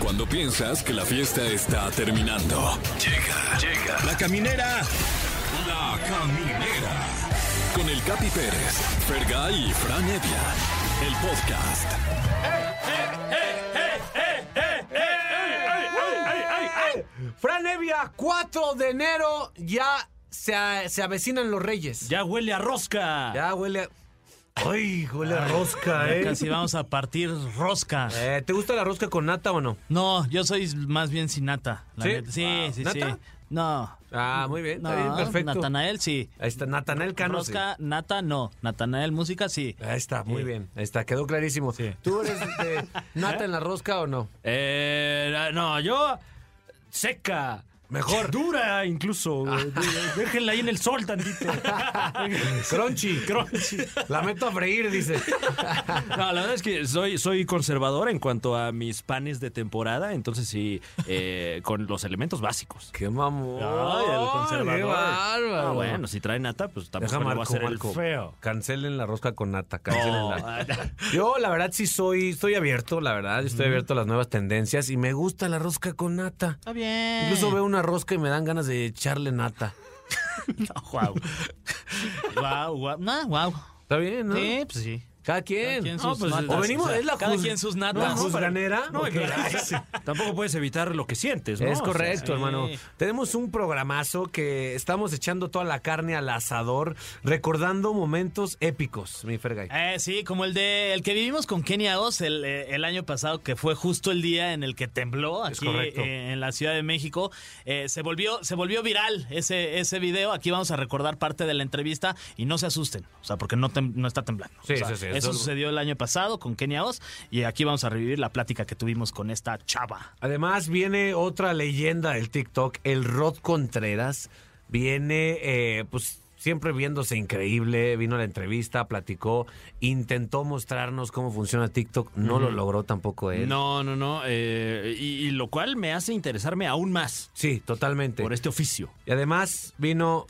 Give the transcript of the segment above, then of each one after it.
Cuando piensas que la fiesta está terminando. Llega, llega. La caminera. La caminera. Con el Capi Pérez, Fergay y Fran Evia. El podcast. Ah. Fran Evia, 4 de enero ya se, a- se avecinan los Reyes. Ya huele a rosca. Ya huele a... Ay, huele a rosca, Ya eh. casi vamos a partir rosca. Eh, ¿Te gusta la rosca con nata o no? No, yo soy más bien sin nata. la ¿Sí? neta. Sí, Wow. sí, ¿Nata? sí. No. Ah, muy bien, está no, bien, perfecto. Natanael sí. Ahí está, Natanael Cano. sí. Rosca, nata no. Natanael música sí. Ahí está, muy Sí. bien. Ahí está, quedó clarísimo. Sí. ¿Tú eres de nata en la rosca o no? Eh, no, yo seca. Mejor. Dura incluso. Ah. güey. Déjenla ahí en el sol tantito. Crunchy. La meto a freír, dice. No, la verdad es que soy, soy conservador en cuanto a mis panes de temporada, entonces sí, eh, con los elementos básicos. Qué mamón. Ay, el conservador. Qué bárbaro. Ah, bueno, si trae nata, pues tampoco Deja le va Marco, a hacer Marco. el feo. Cancelen la rosca con nata, No, cancelenla. Yo, la verdad, sí soy, estoy abierto, la verdad. Yo estoy abierto a las nuevas tendencias y me gusta la rosca con nata. Está bien. Incluso veo una rosca y me dan ganas de echarle nata. Wow. wow, wow. No, wow. Está bien, ¿no? Sí, pues sí. Cada quien. Cada quien No, sus pues, natas. o venimos, O sea, es la cada juz- quien sus natas. La No, pero- juzganera. no, ¿o qué? tampoco puedes evitar lo que sientes, ¿no? Es O sea, correcto, sí. hermano. Tenemos un programazo que estamos echando toda la carne al asador, recordando momentos épicos, mi Fergay. Eh, sí, como el de el que vivimos con Kenia Oz el, eh, el año pasado, que fue justo el día en el que tembló Es aquí correcto. eh, en la Ciudad de México. Eh, se volvió, se volvió viral ese, ese video. Aquí vamos a recordar parte de la entrevista y no se asusten, o sea, porque no, tem- no está temblando. Sí, O sea, sí, sí, Eso eso- sucedió el año pasado con Kenia Oz y aquí vamos a revivir la plática que tuvimos con esta chava. Además, viene otra leyenda del TikTok, el Rod Contreras. Viene, eh, pues, siempre viéndose increíble. Vino a la entrevista, platicó, intentó mostrarnos cómo funciona TikTok. No lo logró tampoco él. No, no, no. eh, y, y lo cual me hace interesarme aún más Sí, totalmente. por este oficio. Y además, vino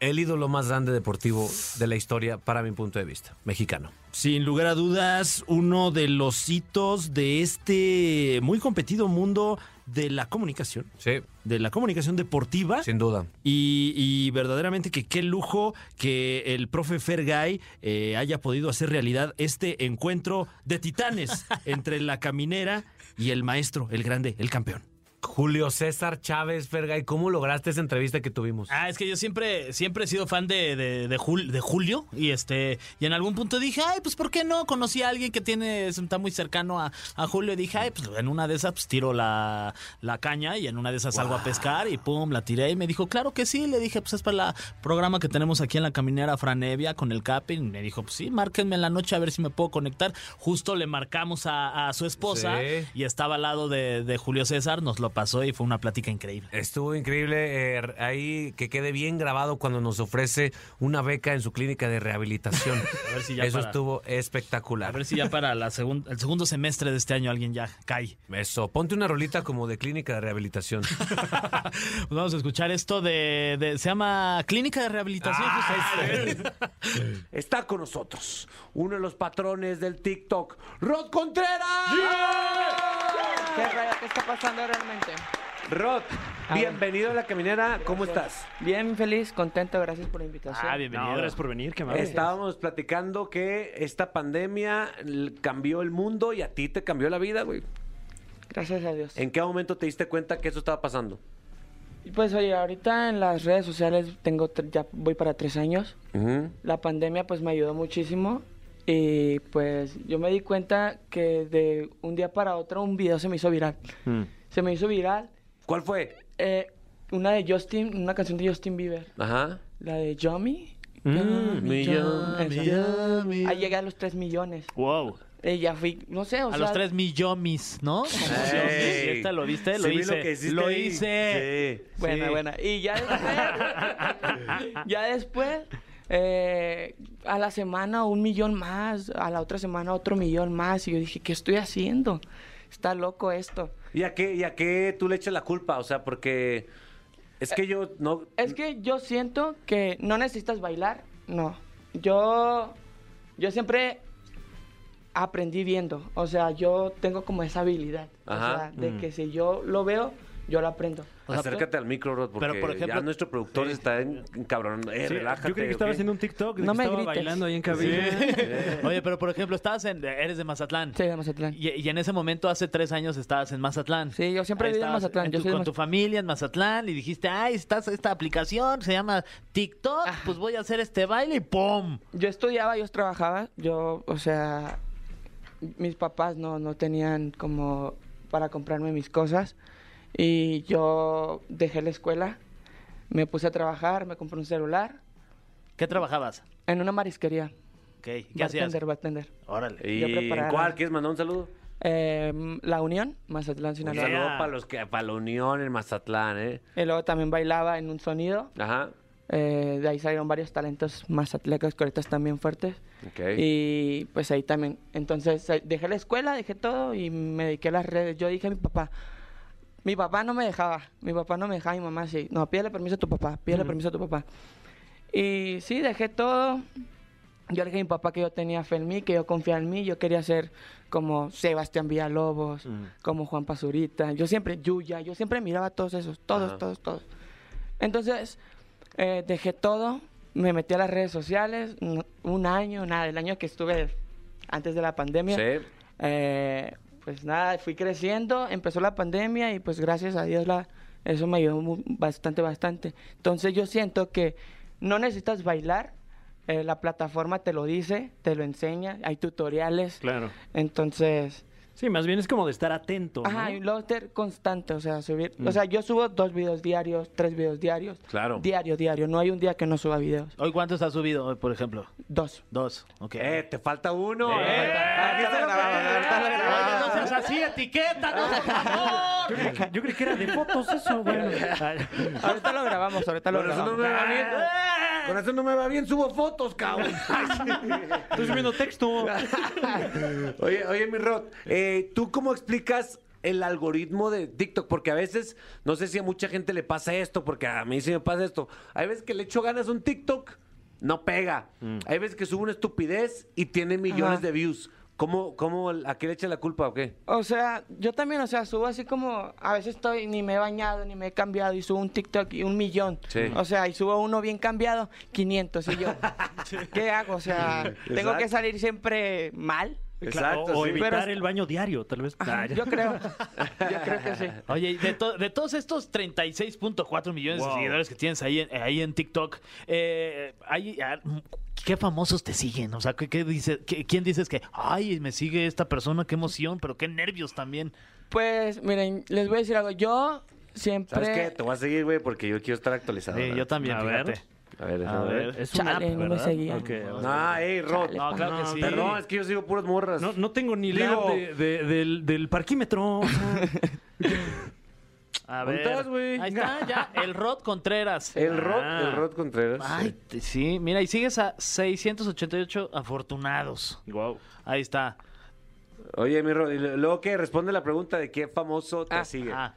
el ídolo más grande deportivo de la historia, para mi punto de vista, mexicano. Sin lugar a dudas, uno de los hitos de este muy competido mundo de la comunicación, Sí, de la comunicación deportiva. sin duda. Y, y verdaderamente que qué lujo que el profe Fergay eh, haya podido hacer realidad este encuentro de titanes entre la caminera y el maestro, el grande, el campeón. Julio César Chávez, Fergay, ¿cómo lograste esa entrevista que tuvimos? Ah, es que yo siempre, siempre he sido fan de, de, de Jul- de Julio y este y en algún punto dije, ay, pues ¿por qué no? Conocí a alguien que tiene está muy cercano a, a Julio y dije, ay, pues en una de esas pues, tiro la, la caña y en una de esas salgo a pescar y pum, la tiré y me dijo, claro que sí, le dije, pues es para el programa que tenemos aquí en la caminera Franevia con el Capi y me dijo, pues sí, márquenme en la noche a ver si me puedo conectar. Justo le marcamos a, a su esposa Sí. y estaba al lado de, de Julio César, nos lo pasó y fue una plática increíble. Estuvo increíble eh, ahí que quede bien grabado cuando nos ofrece una beca en su clínica de rehabilitación. A ver si ya Eso para- estuvo A espectacular. ver si ya para la segun- el segundo semestre de este año alguien ya cae. Eso, ponte una rolita como de clínica de rehabilitación. Pues vamos a escuchar esto de, de- se llama Clínica de Rehabilitación. Ah, justamente. Está con nosotros uno de los patrones del TikTok, Rod Contreras. Qué raro, ¿qué está pasando realmente? Rod, A ver. bienvenido a la caminera. ¿Cómo estás? Bien, feliz, contento, gracias por la invitación. Ah, bienvenido. por venir, que Estábamos platicando que esta pandemia l- cambió el mundo y a ti te cambió la vida, güey. Gracias a Dios. ¿En qué momento te diste cuenta que eso estaba pasando? Y pues oye, ahorita en las redes sociales tengo, tre- ya voy para tres años. La pandemia pues me ayudó muchísimo y pues yo me di cuenta que de un día para otro un video se me hizo viral. Mm. Se me hizo viral ¿Cuál fue? eh, una de Justin, una canción de Justin Bieber, Ajá. la de Yummy. Mm, mi Yummy, Yummy. Ahí llegué a los tres millones. Wow. Y ya fui, no sé, o A sea, los tres millones, ¿no? Ey. Esta lo viste, lo Sí vi hice. lo que hiciste Lo ahí. hice. Sí. Buena, Sí. buena. Y ya después, ya después eh, a la semana un millón más, a la otra semana otro millón más. Y yo dije, ¿qué estoy haciendo? Está loco esto. ¿Y a, qué, ¿Y a qué tú le echas la culpa? O sea, porque es que yo no... Es que yo siento que no necesitas bailar, no. Yo, yo siempre aprendí viendo. O sea, yo tengo como esa habilidad. O Ajá. sea, de que si yo lo veo, yo lo aprendo. Acércate al micro, Rod, porque Pero, por ejemplo- ya nuestro productor está en, cabrón. Eh, Sí, relájate. yo creí que estaba ¿ok? haciendo un TikTok, de No que me estaba grites. bailando ahí en Sí. cabina. Oye, pero por ejemplo, estabas en, eres de Mazatlán. Sí, de Mazatlán. Y, y en ese momento, hace tres años, estabas en Mazatlán. Sí, yo siempre he vivido en Estabas Mazatlán, yo tu- soy de con tu Mazat- familia en Mazatlán y dijiste, ay, estás esta aplicación, se llama TikTok, pues voy a hacer este baile y ¡pum! Yo estudiaba, yo trabajaba, yo, o sea, mis papás no, no tenían como para comprarme mis cosas y yo dejé la escuela, me puse a trabajar, me compré un celular ¿Qué trabajabas? en una marisquería. Ok, ¿qué hacías? bartender, bartender. Órale. ¿Y Yo preparada. cuál? ¿Quieres mandar un saludo? Eh, la Unión, Mazatlán, Un Sinaloa. saludo para los que, para la Unión en Mazatlán, ¿eh? Y luego también bailaba en un sonido. Ajá. Eh, de ahí salieron varios talentos mazatlecos que ahorita están bien fuertes. Ok. Y pues ahí también. Entonces eh, dejé la escuela, dejé todo y me dediqué a las redes. Yo dije a mi papá, mi papá no me dejaba, mi papá no me dejaba, mi mamá sí. No, pídele permiso a tu papá, pídele permiso a tu papá. Y sí, dejé todo. Yo le dije a mi papá que yo tenía fe en mí, que yo confiaba en mí. Yo quería ser como Sebastián Villalobos, como Juan Pazurita. Yo siempre, Yuya, yo siempre miraba a todos esos, todos, Ajá. todos, todos. Entonces, eh, dejé todo, me metí a las redes sociales, n- un año, nada, el año que estuve antes de la pandemia. Sí. Eh, pues nada, fui creciendo, empezó la pandemia y pues gracias a Dios la, eso me ayudó mu- bastante, bastante. Entonces yo siento que no necesitas bailar, eh, la plataforma te lo dice, te lo enseña, hay tutoriales. Claro. Entonces, Sí, más bien es como de estar atento. ¿no? ajá, y luego ser constante, o sea, subir, o sea, yo subo dos videos diarios, tres videos diarios. Mm. Claro. Diario, diario, no hay un día que no suba videos. ¿Hoy cuántos has subido, hoy, por ejemplo? Dos. Dos. Ok. Eh, te falta uno. Eh, Aquí está la grabada, está la grabada. Oye, no seas así, etiquétanos, por favor. Yo creí, que, yo creí que era de fotos eso, bueno. Ahorita lo grabamos, ahorita lo Con Mm. eso no grabamos. me va bien. Ah. Con eso no me va bien, subo fotos, cabrón. Estoy subiendo texto. oye, oye, mi Rod, eh, ¿tú cómo explicas el algoritmo de TikTok? Porque a veces, no sé si a mucha gente le pasa esto, porque a mí sí me pasa esto. Hay veces que le echo ganas a un TikTok, no pega. Mm. Hay veces que subo una estupidez y tiene millones Ajá. de views. ¿Cómo, cómo, ¿A qué le echa la culpa o qué? O sea, yo también, o sea, subo así como, a veces estoy, ni me he bañado, ni me he cambiado, y subo un TikTok y un millón. Sí. O sea, y subo uno bien cambiado, 500. Y yo, ¿qué hago? O sea, tengo que Exacto. salir siempre mal. Exacto, o sí. evitar Pero- el baño diario, tal vez. Ajá, Ah, ya. yo creo, yo creo que sí. Oye, y de, to- de todos estos 36.4 millones de seguidores que tienes ahí en, eh, ahí en TikTok, eh, hay- ah, mm, ¿qué famosos te siguen? O sea, ¿qué, qué dice, qué- ¿quién dices que, ay, me sigue esta persona, qué emoción, pero qué nervios también? Pues, miren, les voy a decir algo. Yo siempre... ¿Sabes qué? Te voy a seguir, güey, porque yo quiero estar actualizado. Sí, yo también, A fíjate. ver. Pues, A ver, A déjame ver. ver. Es una Chale, app, no me ¿verdad? seguían. Ok, a ver. Ah, hey, Rod. Chale, No, claro que sí. Perdón, es que yo sigo puras morras. No, no tengo ni la Digo- app de- de- del, del parquímetro. o sea. A ver. ¿Dónde estás, güey? Ahí está, ya, el Rod Contreras. El Rod, Ah. el Rod Contreras. Ay, te- sí, mira, y sigues a 688 afortunados. Guau. Ahí está. Oye, mi Rod, y lo- luego que responde la pregunta de qué famoso te Ah, sigue. Ah,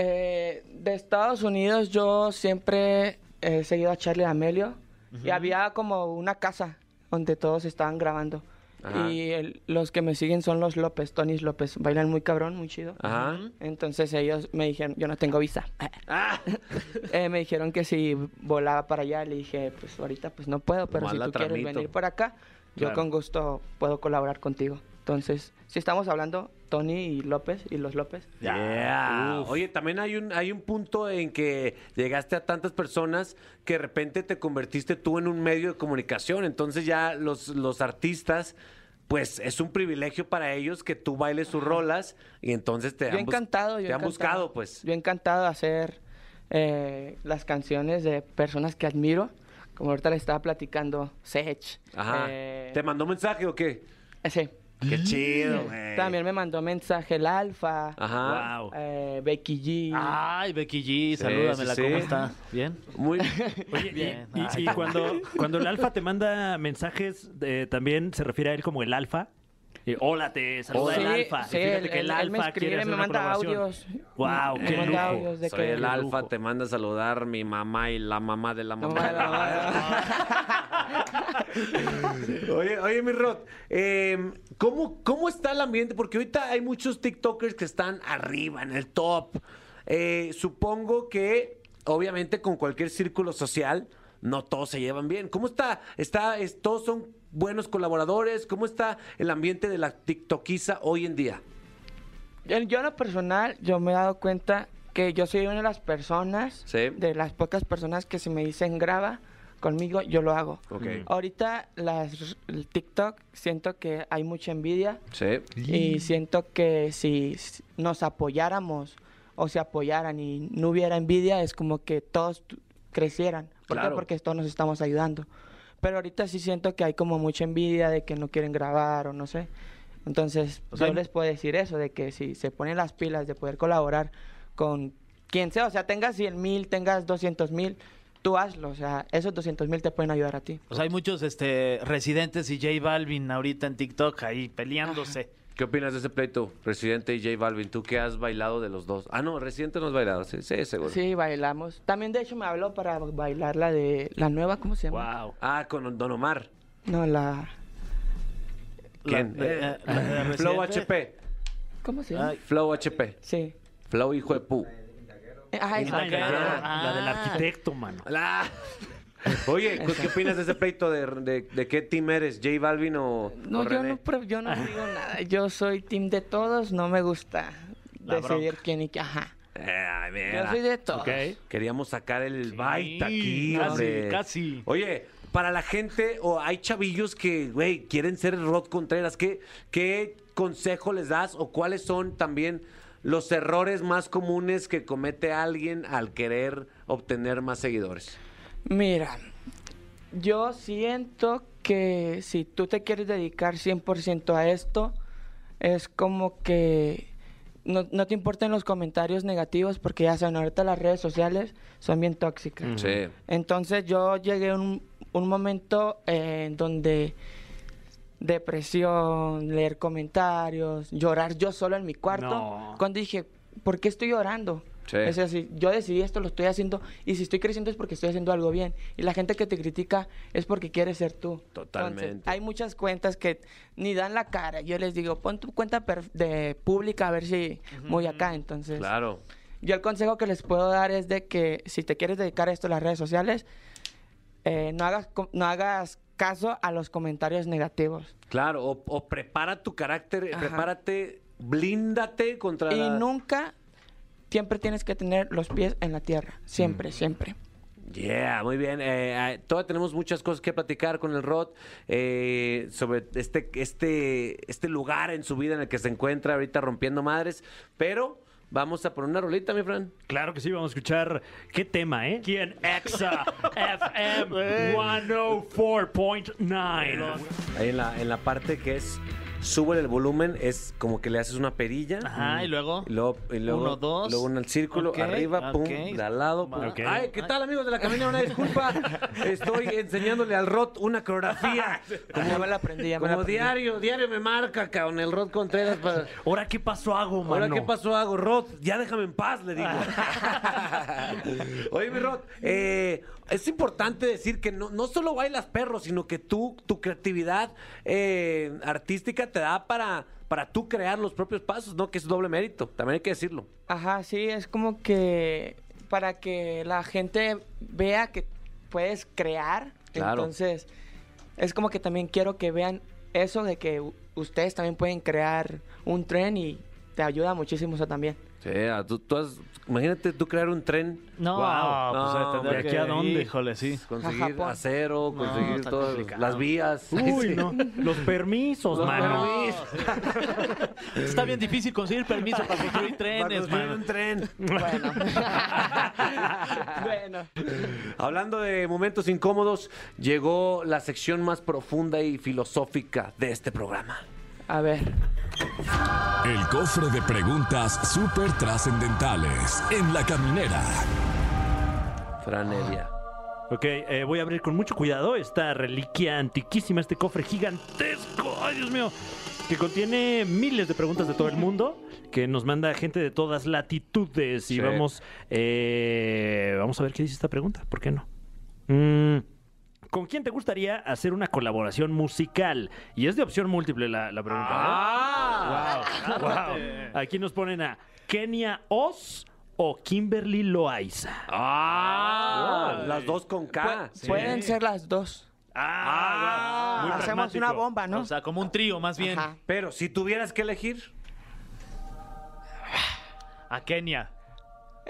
Eh, de Estados Unidos yo siempre eh, he seguido a Charlie D'Amelio y había como una casa donde todos estaban grabando. Ajá. Y el- los que me siguen son los López, Tonis López. Bailan muy cabrón, muy chido. Ajá. Ah. Entonces ellos me dijeron, yo no tengo visa. Eh, me dijeron que si volaba para allá, le dije, pues ahorita pues no puedo, pero Nomás la si tú quieres tramito. venir para acá, yo Claro. con gusto puedo colaborar contigo. Entonces, si estamos hablando, Tony y López y los López. Yeah. Oye, también hay un, hay un punto en que llegaste a tantas personas que de repente te convertiste tú en un medio de comunicación. Entonces ya los, los artistas, pues es un privilegio para ellos que tú bailes sus rolas y entonces te, Yo han, bus- encantado, te yo han encantado. buscado, pues. Yo encantado de hacer eh, las canciones de personas que admiro. Como ahorita le estaba platicando, Sech. Ajá. eh, ¿Te mandó mensaje o qué? sí. Qué chido, güey. También me mandó mensaje el Alfa, Ajá. Guau. Ah, eh, Becky G. Ay, Becky G, salúdamela, sí, sí. ¿cómo está? ¿Bien? Muy. Oye, y- Bien. y, Ay, y qué cuando, cuando el alfa te manda mensajes, eh, también se refiere a él como el alfa. Eh, Hola, te saluda Sí, el alfa. sí, Y fíjate él- que el él- él me alfa escribe, quiere hacer me una manda colaboración. audios. Guau, Me qué manda lujo. audios de Soy que- el alfa, lujo. te manda a saludar mi mamá y la mamá de la No, mamá. no, no, no. Oye, oye, mi Rod, eh, ¿cómo, ¿cómo está el ambiente? Porque ahorita hay muchos TikTokers que están arriba, en el top. Eh, supongo que, obviamente, con cualquier círculo social, no todos se llevan bien. ¿Cómo está? está es- ¿Todos son buenos colaboradores? ¿Cómo está el ambiente de la TikTokiza hoy en día? Yo, yo en lo personal, yo me he dado cuenta que yo soy una de las personas, Sí. de las pocas personas que si me dicen graba conmigo, yo lo hago. Ok. Ahorita las, el TikTok siento que hay mucha envidia Sí. y siento que si s- nos apoyáramos o se apoyaran y no hubiera envidia, es como que todos tu- crecieran. ¿Por qué? Claro. Porque todos nos estamos ayudando. Pero ahorita sí siento que hay como mucha envidia de que no quieren grabar o no sé. Entonces, sea, yo hay- les puedo decir eso, de que si se ponen las pilas de poder colaborar con quien sea, o sea, tengas 100 mil, tengas 200 mil, tú hazlo, o sea, esos 200 mil te pueden ayudar a ti. O sea, hay muchos este, residentes y J Balvin ahorita en TikTok ahí peleándose. ¿Qué opinas de ese pleito, Residente y J Balvin? ¿Tú que has bailado de los dos? Ah, no, Residente no has bailado, sí, sí, seguro. Sí, bailamos. También, de hecho, me habló para bailar la de la nueva, ¿cómo se llama? Wow. Ah, con Don Omar. No, la. ¿Quién? eh, Eh, Flow HP. ¿Cómo se llama? Ay. Flow HP. Sí. Flow hijo de pu. Ah, esa. Ay, la, Ah. la del arquitecto, mano. La- Ah. Oye, pues, ¿qué opinas de ese pleito? ¿De, de, de qué team eres? ¿J Balvin o, No, o yo René? no, pues, pro- yo no digo nada. Yo soy team de todos, no me gusta La decidir bronca. quién y qué. Ajá. Eh, ay, mira. Yo soy de todos. Queríamos sacar el bite aquí, casi, hombre. casi. Oye, para la gente, o hay chavillos que, güey, quieren ser Rod Contreras, ¿qué, ¿qué consejo les das o cuáles son también los errores más comunes que comete alguien al querer obtener más seguidores? Mira, yo siento que si tú te quieres dedicar 100% a esto, es como que no, no te importen los comentarios negativos porque ya saben, ahorita las redes sociales son bien tóxicas. Sí. Entonces yo llegué a un, un momento eh, en donde depresión, leer comentarios, llorar yo solo en mi cuarto, No. cuando dije, ¿por qué estoy llorando? Sí. Es decir, yo decidí esto, lo estoy haciendo, y si estoy creciendo es porque estoy haciendo algo bien. Y la gente que te critica es porque quiere ser tú. Totalmente. hay muchas cuentas que ni dan la cara. Yo les digo, pon tu cuenta per- de pública a ver si voy acá. Entonces, Claro. yo el consejo que les puedo dar es de que si te quieres dedicar a esto en las redes sociales, eh, no, hagas, co- no hagas caso a los comentarios negativos. Claro, o, o prepara tu carácter, eh, Ajá. prepárate, blíndate contra Y la- nunca, siempre tienes que tener los pies en la tierra. Siempre, siempre. Yeah, muy bien. Eh, eh, todavía tenemos muchas cosas que platicar con el Rod eh, sobre este, este, este lugar en su vida en el que se encuentra ahorita rompiendo madres, pero vamos a poner una rolita, mi Fran. Claro que sí, vamos a escuchar qué tema, ¿eh? ¿Quién? Exa FM 104.9. Ahí en la, en la parte que es sube el volumen, es como que le haces una perilla. Mm. Ajá, y luego. Y luego, y luego- Uno, dos. luego en el círculo, Ok, arriba, pum, ok. de al lado. pum. Va. Ok. Ay, ¿qué tal, amigos de la camina? Una disculpa. Estoy enseñándole al Rod una coreografía. Ya me la aprendí, ya me la Como aprendí. diario, diario me marca, cabrón, el Rod Contreras. Para... Ahora, ¿qué pasó hago, mano? Ahora, ¿qué pasó? Hago, Rod, ya déjame en paz, le digo. Oye, mi Rod, eh, es importante decir que no, no solo bailas perros, sino que tú, tu creatividad eh, artística te da para, para tú crear los propios pasos, ¿no? Que es doble mérito, también hay que decirlo. Ajá, sí, es como que para que la gente vea que puedes crear. Claro. Entonces, es como que también quiero que vean eso de que u- ustedes también pueden crear un tren y te ayuda muchísimo eso también. Sí, ah, tú, tú has- imagínate tú crear un tren. No, Guau. pues No, a tener hombre, que- aquí a dónde, Híjole, sí. A Conseguir Japón. acero, No, conseguir está todas complicado. las vías. Uy, no. Los permisos, Los mano. permisos. pues Está bien difícil conseguir permiso para construir Para trenes, construir man. un tren. Bueno. bueno. Hablando de momentos incómodos, llegó la sección más profunda y filosófica de este programa. A ver. El cofre de preguntas súper trascendentales en la caminera. Fran Evia. Ok, eh, voy a abrir con mucho cuidado esta reliquia antiquísima, este cofre gigantesco. ¡Ay, Dios mío! Que contiene miles de preguntas de todo el mundo, que nos manda gente de todas latitudes. Y Sí. vamos, eh, vamos a ver qué dice esta pregunta, ¿por qué no? Mm, ¿Con quién te gustaría hacer una colaboración musical? Y es de opción múltiple la, la pregunta. ¿eh? Wow, wow. Aquí nos ponen a Kenia Oz o Kimberly Loaiza. Wow, las dos con K. Pueden ser las dos. Ah, wow. Muy Hacemos pragmático. una bomba, ¿no? O sea, como un trío más bien. Ajá. Pero si tuvieras que elegir, A Kenia.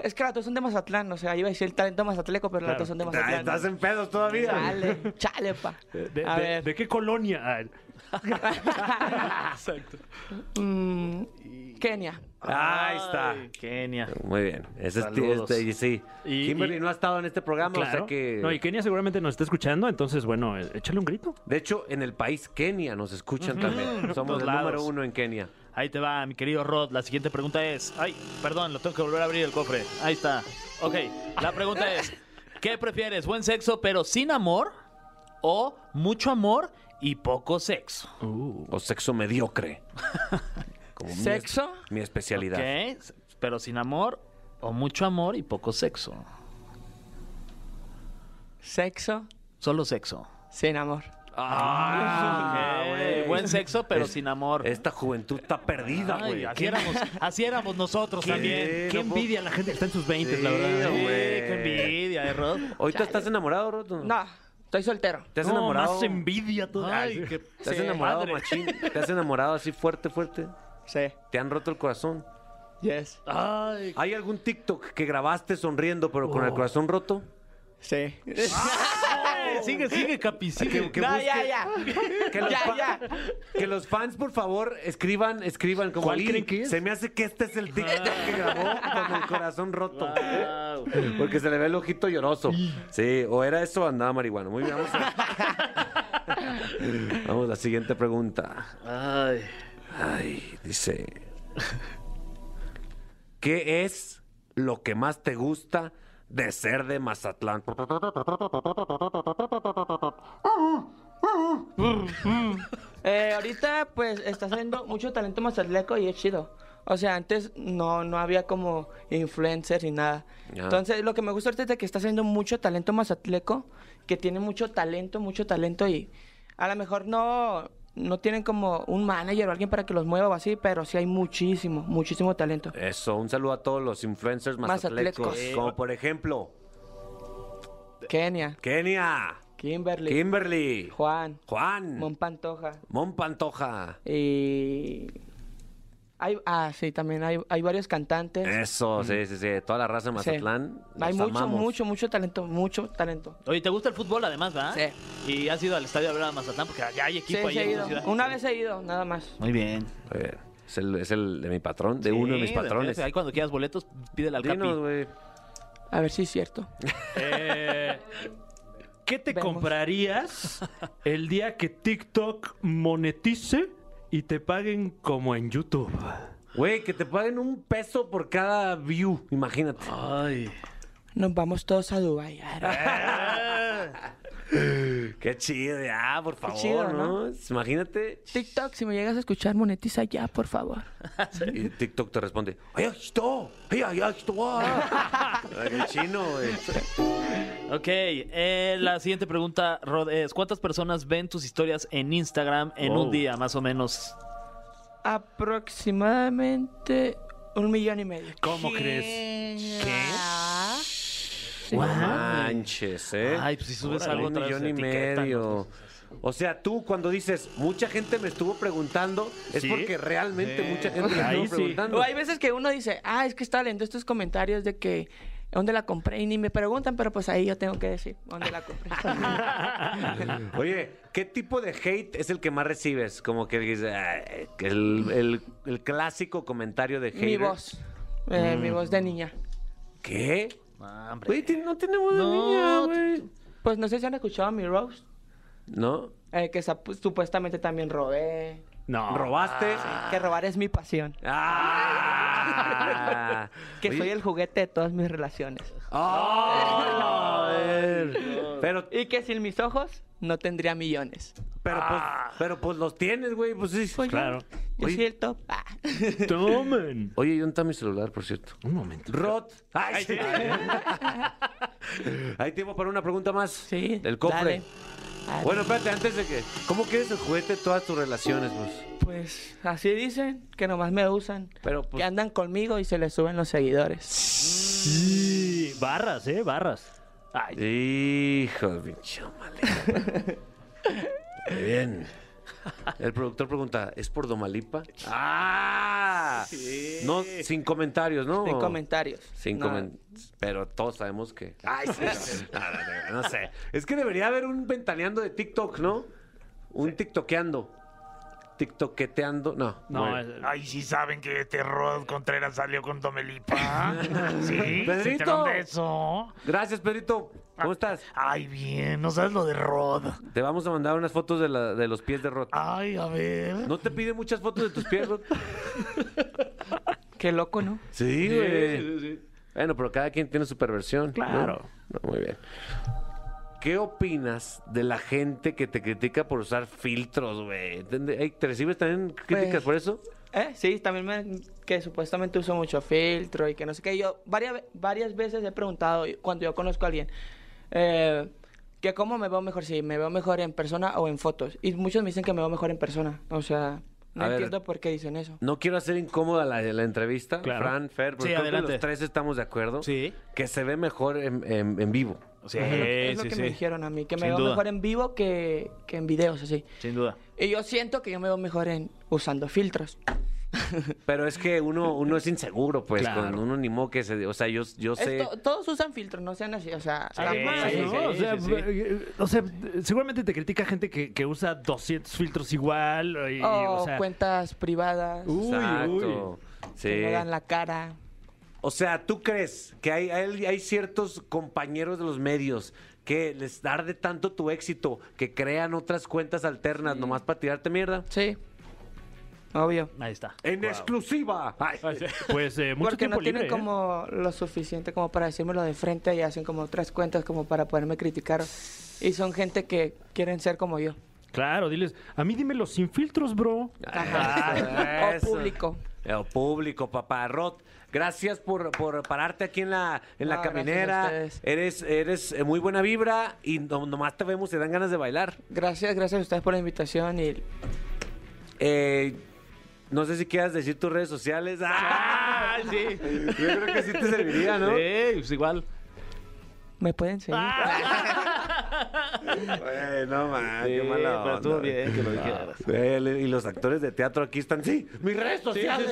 Es que las dos son de Mazatlán, o sea, iba a decir el talento mazatleco, pero las dos son de Ah, Mazatlán. estás en pedos todavía. Chale, chale, pa. De, de- a de- ver. ¿de qué colonia? Ah, Mm, Kenia. Ahí está. Ay, Kenia. Muy bien. Ese es- Saludos. este, y sí. Y- Kimberly y- no ha estado en este programa, o sea que. No, y Kenia seguramente nos está escuchando, entonces, bueno, eh, échale un grito. De hecho, en el país Kenia nos escuchan también. Somos todos el lados. número uno en Kenia. Ahí te va, mi querido Rod. La siguiente pregunta es. Ay, perdón, lo tengo que volver a abrir el cofre. Ahí está. Ok, la pregunta es: ¿Qué prefieres? ¿Buen sexo pero sin amor? ¿O mucho amor y poco sexo? O sexo mediocre. Como mi ¿Sexo? es- Mi, especialidad. ¿Qué? Pero sin amor o mucho amor y poco sexo. Sexo Solo sexo. sin amor. Ok, Ah, Buen sexo pero sin amor. Ah, Esta juventud está perdida, Ay, güey. así, éramos, así éramos nosotros también. no Qué puedo- envidia la gente que está en sus 20, Sí, la verdad. Sí, güey. qué envidia, ¿eh, Rod? ¿Ahorita estás enamorado, Roto? No, estoy soltero. ¿Te has No, enamorado? más envidia todavía. Ay, qué ¿Te has enamorado, padre. machín? ¿Te has enamorado así fuerte, fuerte? Sí, ¿Te han roto el corazón? yes. Ay, ¿Hay algún TikTok que grabaste sonriendo pero Oh. con el corazón roto? Sí. Eh, Sigue, sigue, Ah, Capi, sigue. que no, busque- ya, ya. Que los, Ya, fa- ya. que los fans, por favor, escriban, escriban como ¿Cuál "Lin, creen que es?" Se me hace que este es el TikTok que grabó con el corazón roto. Porque se le ve el ojito lloroso. Sí, o era eso o andaba marihuana. Muy bien, vamos a, vamos a la siguiente pregunta. Ay. Ay, dice. ¿Qué es lo que más te gusta de ser de Mazatlán? Eh, ahorita pues está saliendo mucho talento mazatleco y es chido. O sea, antes no, no había como influencers ni nada. Ya. Entonces, lo que me gusta ahorita es que está saliendo mucho talento mazatleco, que tiene mucho talento, mucho talento y a lo mejor no, no tienen como un manager o alguien para que los mueva o así, pero sí hay muchísimo, muchísimo talento. Eso, un saludo a todos los influencers mazatlecos. Mazatlecos. Como por ejemplo, Kenia, Kenia, Kimberly, Kimberly, Juan, Juan, Mon Pantoja Mon Pantoja. y... Hay, ah, sí, también hay, hay varios cantantes. Eso, sí, sí, sí. Toda la raza de Sí. Mazatlán. Hay los mucho, amamos. mucho, mucho talento, mucho talento. Oye, ¿te gusta el fútbol además, verdad? Sí. Y has ido al estadio a ver a Mazatlán porque allá hay Sí, equipo allí sí he en tu ido. ciudad. Una vez he ido, nada más. Muy bien. Muy bien. Es el, es el de mi patrón, de uno de mis Sí, patrones. Ahí cuando quieras boletos, pídele al Capi. Dinos, güey. A ver si es cierto. Eh, ¿Qué te Vemos. comprarías el día que TikTok monetice y te paguen como en YouTube? Güey, que te paguen un peso por cada view, imagínate. Ah. Ay. Nos vamos todos a Dubái. Ah. Qué chido, ya, por favor, chido, ¿no? Imagínate. TikTok, si me llegas a escuchar, monetiza ya, por favor. Y TikTok te responde, ¡ay, ahí está! ¡Ay, ahí está! Ay, el chino, güey. Ok, eh, la siguiente pregunta, Rod, es ¿cuántas personas ven tus historias en Instagram en Oh. Wow. un día, más o menos? Aproximadamente un millón y medio. ¿Cómo crees? Manches, ¿eh? Ay, pues si subes Órale, algo un otra vez millón te y etiquetan, medio. O sea, tú cuando dices, mucha gente me estuvo preguntando, es Sí. porque realmente mucha gente me Ahí estuvo sí. preguntando. O hay veces que uno dice, ah, es que estaba leyendo estos comentarios de que dónde la compré y ni me preguntan, pero pues ahí yo tengo que decir dónde la compré. Oye, ¿qué tipo de hate es el que más recibes? Como que dices, "Ah, el, el- el clásico comentario de hate. mi voz. Eh, Mm. Mi voz de niña. ¿Qué? Ah, hombre. Güey, ti- no tenemos de No, niña, güey. Pues no sé si han escuchado mi roast, ¿No? eh, que sa- supuestamente también robé. No. Ah. ¿Robaste? Que robar es mi pasión. ¡Ah! Que Oye, soy el juguete de todas mis relaciones. ¡Ah! A ver. Pero, Y que sin mis ojos no tendría millones. pero, pues, pero pues los tienes, güey. Pues sí. Pues yo- Claro. Yo, Oye. soy el top. Ah. Tomen. Oye, ¿y dónde está mi celular, por cierto? Un momento. Rod. Ay, sí. Hay tiempo para una pregunta más. Sí, Del cofre. dale. Ah, Bueno, espérate, antes de que. ¿Cómo quieres el juguete de todas tus relaciones, pues? Pues así dicen, que nomás me usan. Pero, Que pues. andan conmigo y se les suben los seguidores. Sí, barras, ¿eh? Barras. Ay, Hijo de pinche male. Muy bien. El productor pregunta, ¿es por Domalipa? ¡Ah! No, sin comentarios, ¿no? Sin comentarios. Oh. Sin No. comen- Pero todos sabemos que. Ay, sí. no, no, no, no sé. Es que debería haber un ventaneando de TikTok, ¿no? Un TikTokeando. TikToketeando. No. no, bueno. es- Ay, sí saben que este Rod Contreras salió con Domelipa. ¿Sí? ¿Se Pedrito. enteraron de eso? Gracias, Pedrito. ¿Cómo estás? Ay, bien, no sabes lo de Rod. Te vamos a mandar unas fotos de, la- de los pies de Rod. Ay, a ver. ¿No te pide muchas fotos de tus pies, Rod? Qué loco, ¿no? Sí, güey. Bueno, pero cada quien tiene su perversión. Claro. muy bien. ¿Qué opinas de la gente que te critica por usar filtros, güey? ¿Entiende- Ey, ¿Te recibes también críticas Pues- por eso? Eh, sí, también me, que supuestamente uso mucho filtro y que no sé qué. Yo varias, ve- varias veces he preguntado cuando yo conozco a alguien eh, que cómo me veo mejor, si me veo mejor en persona o en fotos. Y muchos me dicen que me veo mejor en persona. O sea, no A ver. entiendo por qué dicen eso. No quiero hacer incómoda la, la entrevista. Claro. Fran, Fer, porque Sí, creo que adelante. los tres estamos de acuerdo. Sí. Que se ve mejor en, en- en vivo. Sí, es lo, que- es lo sí, que sí. me dijeron a mí, que me Sin veo duda. mejor en vivo que, que en videos, así. Sin duda. Y yo siento que yo me veo mejor en usando filtros. Pero es que uno, uno es inseguro, pues, Claro. con uno ni modo que se... O sea, yo, yo Es sé... to- todos usan filtros, no sean así, o sea... Además, tampoco- Ah, ¿no? o, sea, eh, o sea, eh, seguramente te critica gente que, que usa 200 filtros igual. eh, y- y, O o sea, cuentas privadas, uy, uy. Exacto. Uh, Sí. que no dan la cara. O sea, ¿tú crees que hay, hay, hay ciertos compañeros de los medios que les arde tanto tu éxito que crean otras cuentas alternas nomás para tirarte mierda? Sí. Obvio. Ahí está. ¡En exclusiva! Ay. Pues eh, mucho Porque tiempo no tienen libre, ¿eh? como lo suficiente como para decírmelo de frente y hacen como otras cuentas como para poderme criticar. Y son gente que quieren ser como yo. Claro, diles, a mí dímelo sin filtros, bro. Ah, Ajá. Eso. O público. El público, papá. Rod, gracias por, por pararte aquí en la, en la No, gracias a caminera. ustedes. Eres, eres eh, muy buena vibra y no- nomás te vemos y dan ganas de bailar. Gracias, gracias a ustedes por la invitación y Eh, no sé si quieras decir tus redes sociales. ¡Ah! sí. Yo creo que sí te serviría, ¿no? Sí, pues igual. me pueden seguir. Ah, Güey, no man, qué mala pero onda, estuvo güey. bien que lo Ah, dijeras. güey, le- y los actores de teatro aquí están, sí, mis redes sociales.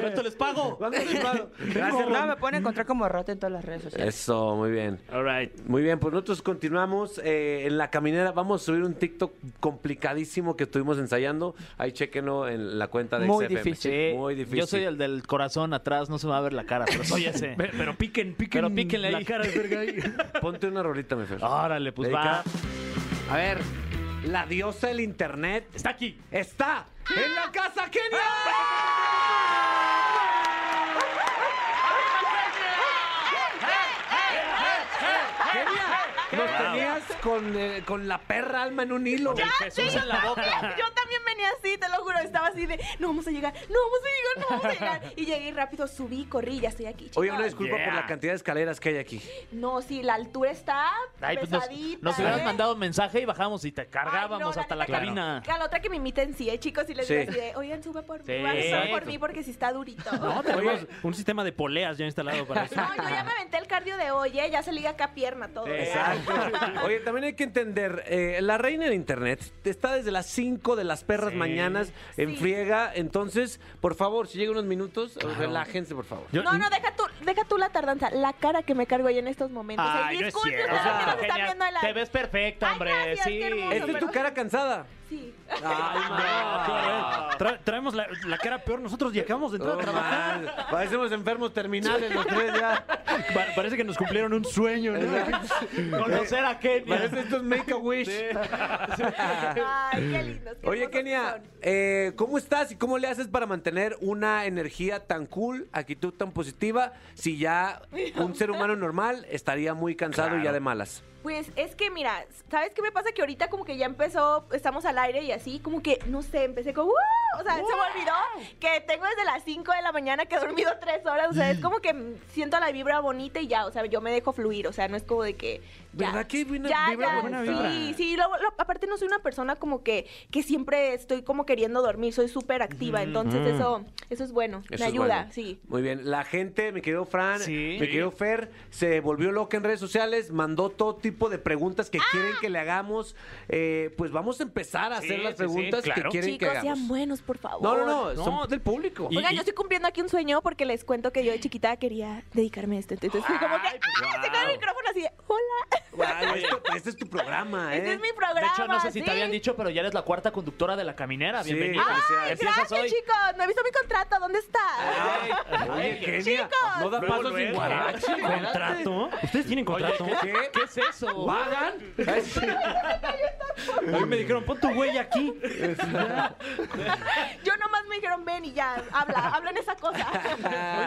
¿Cuánto les pago? ¿Cuándo les pago? pues. Gracias, Gracias, no, me Ram. pueden encontrar como Rot en todas las redes sociales. Eso, muy bien. All right. Muy bien, pues nosotros continuamos eh, en la caminera. Vamos a subir un TikTok complicadísimo que estuvimos ensayando. Ahí chequenlo en la cuenta de Muy XFM. difícil. Muy difícil. Yo soy el del corazón atrás, no se va a ver la cara, pero soy ese. Pe- Pero piquen, piquen Pero píquenle la ahí. cara de verga ahí. Ponte una rolita, mi Fer. Órale, pues Dedicada. va. A ver, la diosa del internet Está aquí. está en la casa Kenia. Kenia, nos tenías con, eh, con la perra alma en un hilo. Jesús en la boca. Yo también venía así, te lo juro, estaba así de, no vamos a llegar, no vamos a llegar, no vamos a llegar. Y llegué rápido, subí, corrí, ya estoy aquí. Oye, una chicos. disculpa por la cantidad de escaleras que hay aquí. No, sí, la altura está Ay, pues nos, pesadita. nos hubieras ¿eh? mandado mensaje y bajamos y te Ay, cargábamos no, hasta la neta que- cabina. A la otra que me imiten, sí, eh, chicos, y les Sí. digo así de, oigan, suba por Sí, mí, van a subir por exacto. mí porque sí está durito. No, tenemos un sistema de poleas ya instalado para eso. No, yo ya me aventé el cardio de hoy, ¿eh? ya se liga acá pierna todo. Exacto. Oye, también hay que entender, eh, la reina del internet está desde las 5 de las perras mañanas en Sí. friega, entonces, por favor, si llegan unos minutos, relájense, por favor. Yo- No, no, deja tú, deja tú la tardanza, la cara que me cargo ahí en estos momentos. Ay, Ay, no es disculpe, cierto. ustedes O que sea, nos están viendo en la... Te ves perfecto, Ay, hombre. gracias, sí. qué Este hermoso. Esta es tu pero- cara cansada. Sí. Ay, Ah, qué horror. Tra- traemos la, la cara peor nosotros y acabamos de entrar Oh, No, a trabajar. man. Parecemos enfermos terminales los tres ya. Pa- parece que nos cumplieron un sueño, ¿no? Conocer a Kenia. Parece estos make a wish. Ay, qué lindos. qué Oye, hermosos Kenia, son. eh, ¿cómo estás y cómo le haces para mantener una energía tan cool, actitud tan positiva, si ya un ser humano normal estaría muy cansado y ya de malas? Pues es que mira, ¿sabes qué me pasa? Que ahorita como que ya empezó, estamos al aire y así, como que, no sé, empecé como, "Uh", o sea, se me olvidó que tengo desde las 5 de la mañana que he dormido 3 horas, o sea, es como que mm, siento la vibra bonita y ya, o sea, yo me dejo fluir, o sea, no es como de que... ya, ¿Verdad que hay buena ya, vibra ya, bonita? Sí, sí, lo- lo- aparte no soy una persona como que, que siempre estoy como queriendo dormir, soy súper activa, entonces eso, eso es bueno, Eso me es ayuda, bueno. sí. Muy bien. La gente, mi querido Fran, Sí. mi querido Fer, se volvió loca en redes sociales, mandó todo tipo de preguntas Ah. que quieren que le hagamos. Eh, pues vamos a empezar a Sí, hacer las sí, sí, preguntas que claro. quieren que Chicos, hagamos. sean buenos, por favor. No, no, no, son No. del público. Y- Oigan, yo estoy cumpliendo aquí un sueño porque les cuento que yo de chiquita quería dedicarme a esto. Entonces fui como que, Ay, ¡ah! wow. Tengo el micrófono así de, hola, Guau, esto- este es tu programa, ¿eh? este es mi programa. De hecho, no sé si ¿sí? te habían dicho, pero ya eres la cuarta conductora de la caminera. Sí. Bienvenida. Ay, Ay, Así es, gracias, soy. chicos. No he visto mi contrato. ¿Dónde está? Ay, oye, Kenia, Chicos. no da Luego, pasos sin luego. guarache. ¿Contrato? ¿Ustedes tienen contrato? ¿Qué? ¿Qué es eso? ¿Pagan? Ay, sí. Hoy me dijeron, pon tu huella aquí. Yo nomás me dijeron, ven y ya, habla, habla en esa cosa.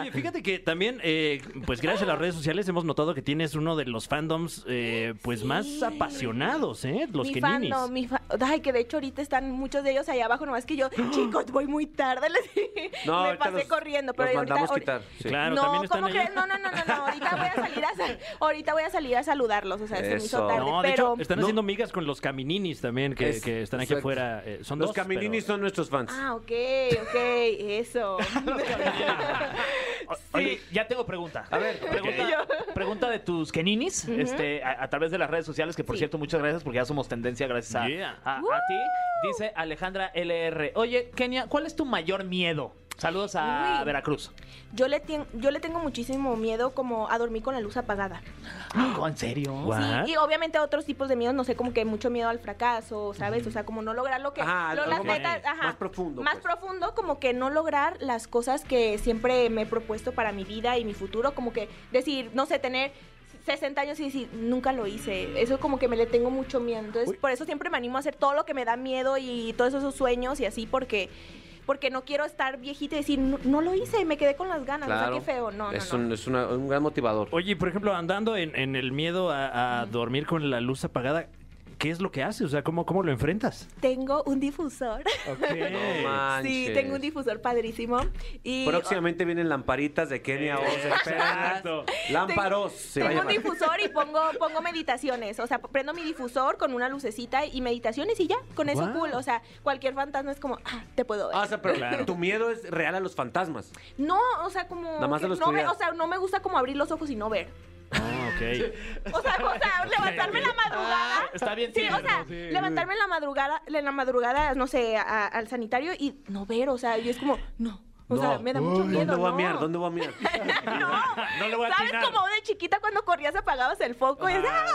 Oye, fíjate que también, eh, pues gracias a las redes sociales hemos notado que tienes uno de los fandoms, eh, pues más apasionados, ¿eh? Los mi que fan, ninis. no, mi fan. Ay, que de hecho ahorita están muchos de ellos allá abajo, nomás que yo, chicos, voy muy tarde. Les... No, me ahorita pasé los- corriendo, los pero ahorita- mandamos ahori- quitar. sí. Claro, no, también están ¿cómo ahí. crees? No, no, no, no, no. Ahorita voy a salir a sal- ahorita voy a salir a saludarlos, o sea, se me hizo Eso. tarde, No, de pero hecho, están haciendo migas con los camininis también, que, Es- que están aquí exacto. afuera. eh, son Los dos, camininis pero- son nuestros fans. Ah, ok, ok, O- eso. Oh, Oye, ya tengo pregunta. A ver, pregunta, pregunta de tus keninis este, a, a través de las redes sociales, que por Sí. cierto, muchas gracias porque ya somos tendencia gracias a, Yeah. a- a ti. Dice Alejandra LR. Oye, Kenia, ¿cuál es tu mayor miedo? Saludos a Uy. Veracruz. Yo le, tien- yo le tengo muchísimo miedo como a dormir con la luz apagada. ¿En serio? What? Sí, y obviamente otros tipos de miedos, no sé, como que mucho miedo al fracaso, ¿sabes? O sea, como no lograr lo que... Ajá, lo- algo las más- metas, ajá. más profundo, Más pues. profundo, como que no lograr las cosas que siempre me he propuesto para mi vida y mi futuro, como que decir, no sé, tener... 60 años y decir, nunca lo hice. Eso como que me le tengo mucho miedo. Entonces, por eso siempre me animo a hacer todo lo que me da miedo y todos esos sueños y así, porque porque no quiero estar viejita y decir, no, no lo hice, me quedé con las ganas. O sea, qué feo. No, no, es no. Un, es una- un gran motivador. Oye, por ejemplo, andando en, en el miedo a, a dormir con la luz apagada, ¿qué es lo que haces? O sea, ¿cómo, cómo lo enfrentas? Tengo un difusor. No Sí, manches. tengo un difusor padrísimo. Y Próximamente vienen lamparitas de Kenia Oz. espérenlas. Lámparos. se va a tengo un llamar. difusor y pongo, pongo meditaciones. O sea, prendo mi difusor con una lucecita y meditaciones y ya, con eso Guau. cool. O sea, cualquier fantasma es como, ah, te puedo ver. Ah, o sea, pero tu miedo es real a los fantasmas. no, o sea, como. Nada más que de la no me, oscuridad. o sea, no me gusta como abrir los ojos y no ver. Ah, ok. O sea, o sea, levantarme en la madrugada. Ah, está bien Sí, o tierno, sea, sí. levantarme en la madrugada, en la madrugada, no sé, a- al sanitario y no ver. O sea, yo es como, no. O sea, No. me da mucho miedo. ¿Dónde voy a no. mirar? ¿Dónde voy a mirar? no, ¿sabes como de chiquita cuando corrías apagabas el foco? Y es, ¡ah!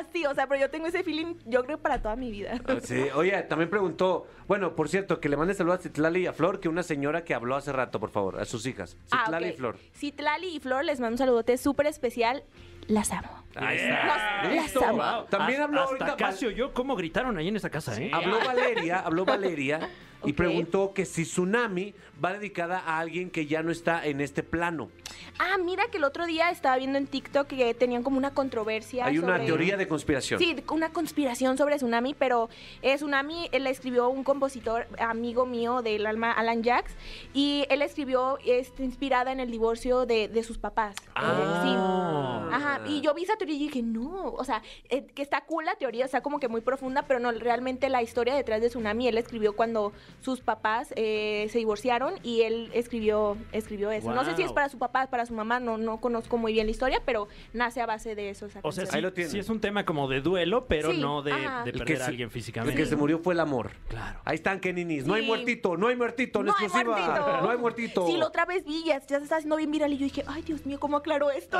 así, o sea, pero yo tengo ese feeling, yo creo, para toda mi vida. Ah, Sí, oye, también preguntó, bueno, por cierto, que le mande saludos a Citlali y a Flor, que una señora que habló hace rato, por favor, a sus hijas. Ah, Citlali ok. y Flor. Citlali y Flor, les mando un saludote súper especial. Las amo. Ahí Los- Listo. las amo. También habló Hasta ahorita Casio, yo cómo gritaron ahí en esa casa, ¿eh? Habló Valeria, habló Valeria y Ok. preguntó que si Tsunami va dedicada a alguien que ya no está en este plano. Ah, mira que el otro día estaba viendo en TikTok que tenían como una controversia. Hay una sobre- teoría de conspiración. Sí, una conspiración sobre Tsunami, pero eh, Tsunami eh, la escribió un compositor amigo mío del alma, Alan Jax, y él escribió este, inspirada en el divorcio de, de sus papás. Eh, Ah. Sí. Ajá, y yo vi esa teoría y dije, no, o sea, eh, que está cool la teoría, está como que muy profunda, pero no, realmente la historia detrás de Tsunami, él escribió cuando sus papás eh, se divorciaron y él escribió, escribió eso. No sé si es Wow. para su papá, para su mamá, no, no conozco muy bien la historia, pero nace a base de eso. esa O sea, canción. sí, Ahí lo tienen. sí es un tema como de duelo, pero Sí, no de, ajá. de El que perder a se- alguien El físicamente. que se murió fue el amor. Claro. Ahí están, Keninis. No hay Sí. muertito, no hay muertito, en No hay exclusiva. muertito. No hay muertito. Sí, la otra vez vi, ya, ya se está haciendo bien viral y yo dije, ay, Dios mío, ¿cómo aclaro esto?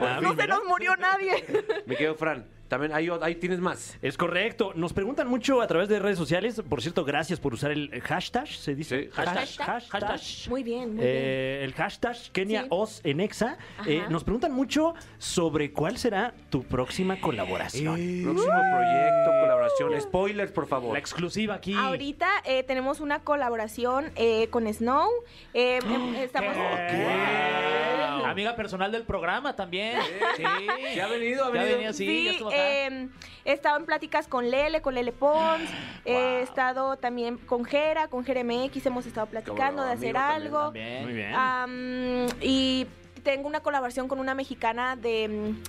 Ah, no mira. se nos murió nadie. Me quedo Fran. También hay, o- ahí tienes más. Es correcto. Nos preguntan mucho a través de redes sociales. Por cierto, gracias por usar el hashtag, ¿se Sí, dice? hashtag. Muy bien, muy bien. Eh, el hashtag Kenia Sí. Oz en Exa. Eh, Ajá. nos preguntan mucho sobre cuál será tu próxima colaboración. Próximo proyecto, colaboración. Spoilers, por favor. La exclusiva aquí. Ahorita eh, tenemos una colaboración eh, con Snow. Eh, em- estamos. Wow. Amiga personal del programa también. Sí. Ya ha venido, Ya ha venido. Ah, venía, sí, ya Sí, estuvo acá. eh, he estado en pláticas con Lele, con Lele Pons, he estado también con Jera, con Jera MX, hemos estado platicando no, de hacer amigo también, Bien. algo. Muy bien. Am, y tengo una colaboración con una mexicana de... mm,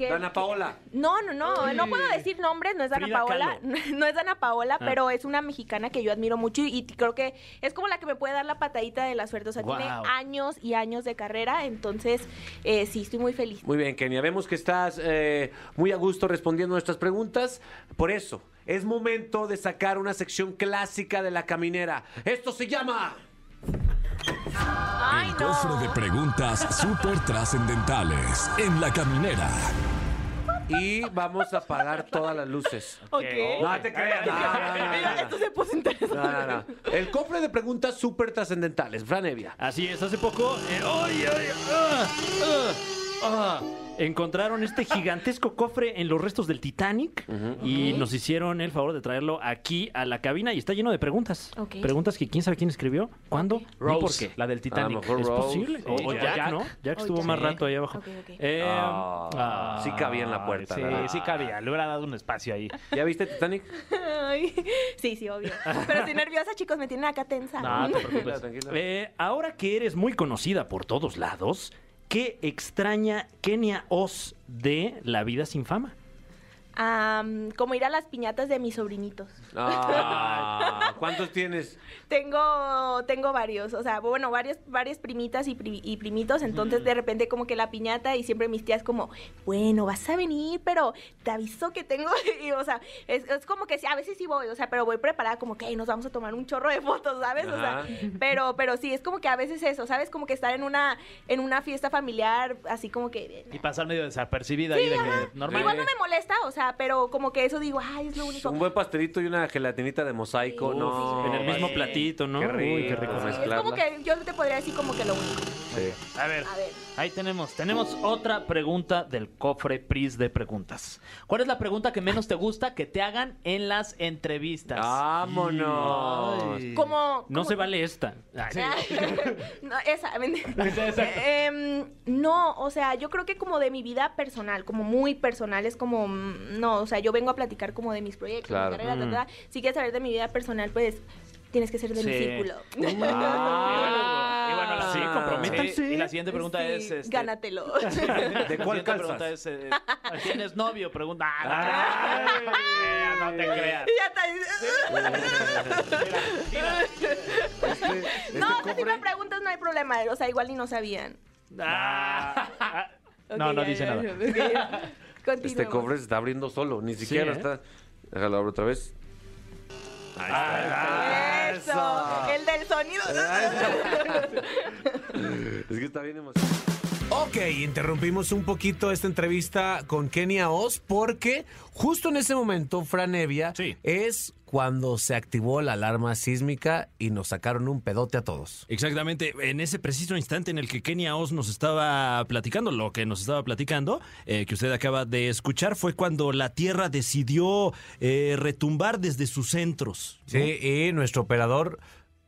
que- Dana Paola. No, no, no, no puedo decir nombres, no es Dana Frida Paola, no es Dana Paola, Ah. pero es una mexicana que yo admiro mucho y creo que es como la que me puede dar la patadita de la suerte, o sea, tiene Guau. años y años de carrera, entonces eh, sí, estoy muy feliz. Muy bien, Kenia. Vemos que estás eh, muy a gusto respondiendo nuestras preguntas. Por eso, es momento de sacar una sección clásica de la caminera. Esto se llama. Ay, El cofre no. de preguntas súper trascendentales en la caminera. Y vamos a apagar todas las luces. Ok. No te creas. no, no, no, no, Esto se puso interesante. no, no, no. El cofre de preguntas súper trascendentales. Fran Evia. Así es, hace poco. eh, ¡ay, ay, ah, ah, ah! Encontraron este gigantesco cofre en los restos del Titanic y nos hicieron el favor de traerlo aquí a la cabina y está lleno de preguntas. Ok. Preguntas que quién sabe quién escribió, cuándo, Rose, ni por qué. la del A Titanic. lo mejor Es Rose. posible. O, Sí, o Jack. Jack, ¿no? Jack O estuvo Jack. más Sí. rato ahí abajo. Ok, ok. Eh, Ah, ah, sí cabía en la puerta, Sí, ¿verdad? sí cabía. Le hubiera dado un espacio ahí. ¿Ya viste Titanic? Ay, sí, sí, obvio. Pero estoy nerviosa, chicos, me tienen acá tensa. Ah. No, te Tranquila, preocupes. tranquila. Eh, ahora que eres muy conocida por todos lados, ¿qué extraña Kenia Oz de La vida sin fama? Am, como ir a las piñatas de mis sobrinitos. Ah, ¿Cuántos tienes? Tengo, tengo varios, o sea, bueno, varios, varias primitas y, pri- y primitos, entonces de repente como que la piñata y siempre mis tías como, bueno, vas a venir, pero te aviso que tengo, y, o sea, es, es como que sí, a veces sí voy, o sea, pero voy preparada como que "Ay, nos vamos a tomar un chorro de fotos, ¿sabes? O sea, Ajá. pero, pero sí, es como que a veces eso, ¿sabes? Como que estar en una, en una fiesta familiar, así como que... Y pasar medio desapercibida ahí de que normal. Igual no me molesta, o sea, pero como que eso digo, ay, es lo único. Un buen pastelito y una gelatinita de mosaico. Uf, no. en el mismo eh, platito, ¿no? qué rico. Uy, qué rico. Sí, es como que yo te podría decir como que lo único. A ver, A ver. ahí tenemos. Tenemos otra pregunta del cofre PRIS de preguntas. ¿Cuál es la pregunta que menos te gusta que te hagan en las entrevistas? Ah. Vámonos. Ay. Como. No como- se vale esta. Ah, Ay, no, esa. Em, no, o sea, yo creo que como de mi vida personal, como muy personal, es como. mm, No, o sea, yo vengo a platicar como de mis proyectos, Claro. Mm. mi carrera, ta, ta, ta. Si quieres saber de mi vida personal, pues tienes que ser de mi Sí. círculo. Uh, Ah. Y bueno, la- Sí, comprométanse. sí, Y la siguiente pregunta Sí, es. este, Gánatelo. ¿De la cuál siguiente calzas? pregunta es: eh, ¿Tienes novio? Pregunta. Ay. Ah, no te creas, ya está. Este- este no, pues si cofre- me preguntas, no hay problema. O sea, igual ni no sabían. no te creas. Ah. Ok, No, no ya, dice ya, nada. ok. Continuemos. Este cofre se está abriendo solo, ni siquiera ¿eh? está. Déjalo abrir otra vez. Ah, Eso. El del sonido. Es que está bien emocionante. Ok, interrumpimos un poquito esta entrevista con Kenia Oz porque justo en ese momento, Fran Evia, Sí. es cuando se activó la alarma sísmica y nos sacaron un pedote a todos. Exactamente, en ese preciso instante en el que Kenia Oz nos estaba platicando, lo que nos estaba platicando, eh, que usted acaba de escuchar, fue cuando la Tierra decidió eh, retumbar desde sus centros. Sí, y nuestro operador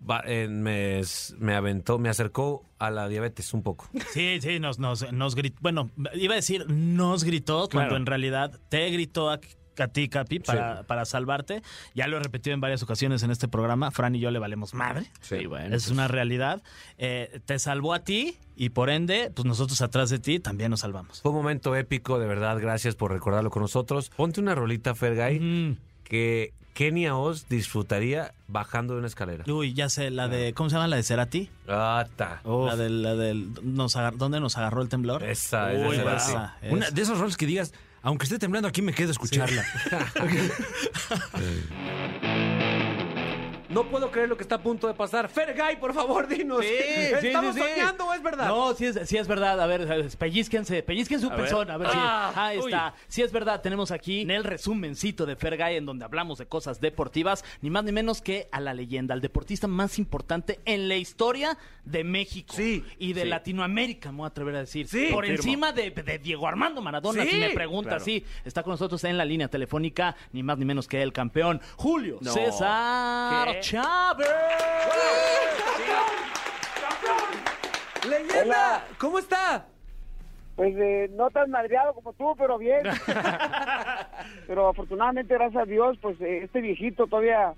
va- eh, me, s- me aventó, me acercó a la diabetes un poco. Sí, sí, nos, nos, nos gritó. Bueno, iba a decir nos gritó, cuando en realidad te gritó a, a ti, Capi, para, para salvarte. Ya lo he repetido en varias ocasiones en este programa. Fran y yo le valemos madre. Sí, bueno. pues. Es una realidad. Eh, te salvó a ti y por ende, pues nosotros atrás de ti también nos salvamos. Fue un momento épico, de verdad, gracias por recordarlo con nosotros. Ponte una rolita, Fergay, Mm. que Kenia Oz disfrutaría bajando de una escalera. Uy, ya sé, la de. ¿Cómo se llama? La de Cerati. ¡Ata! La del. La del nos agar- ¿Dónde nos agarró el temblor? Esa, Uy, esa, brava. esa. Es- Una de esas roles que digas, aunque esté temblando aquí me quedo a escucharla. No puedo creer lo que está a punto de pasar. Fergay, por favor, dinos. ¿Estamos soñando o es verdad? No, sí es, sí es verdad. A ver, a ver, pellizquense, pellizquen su persona. A ver si. Ah, ahí está. Sí es verdad. Tenemos aquí en el resumencito de Fergay, en donde hablamos de cosas deportivas, ni más ni menos que a la leyenda, al deportista más importante en la historia de México. Sí, Y de Latinoamérica, me voy a atrever a decir. Sí, Por confirmo. encima de, de Diego Armando Maradona, Sí, si me preguntas. Sí, está con nosotros en la línea telefónica, ni más ni menos que el campeón, Julio César Chávez. ¡Leyenda! ¿Cómo está? Pues eh, no tan madreado como tú, pero bien. pero afortunadamente, gracias a Dios, pues eh, este viejito todavía,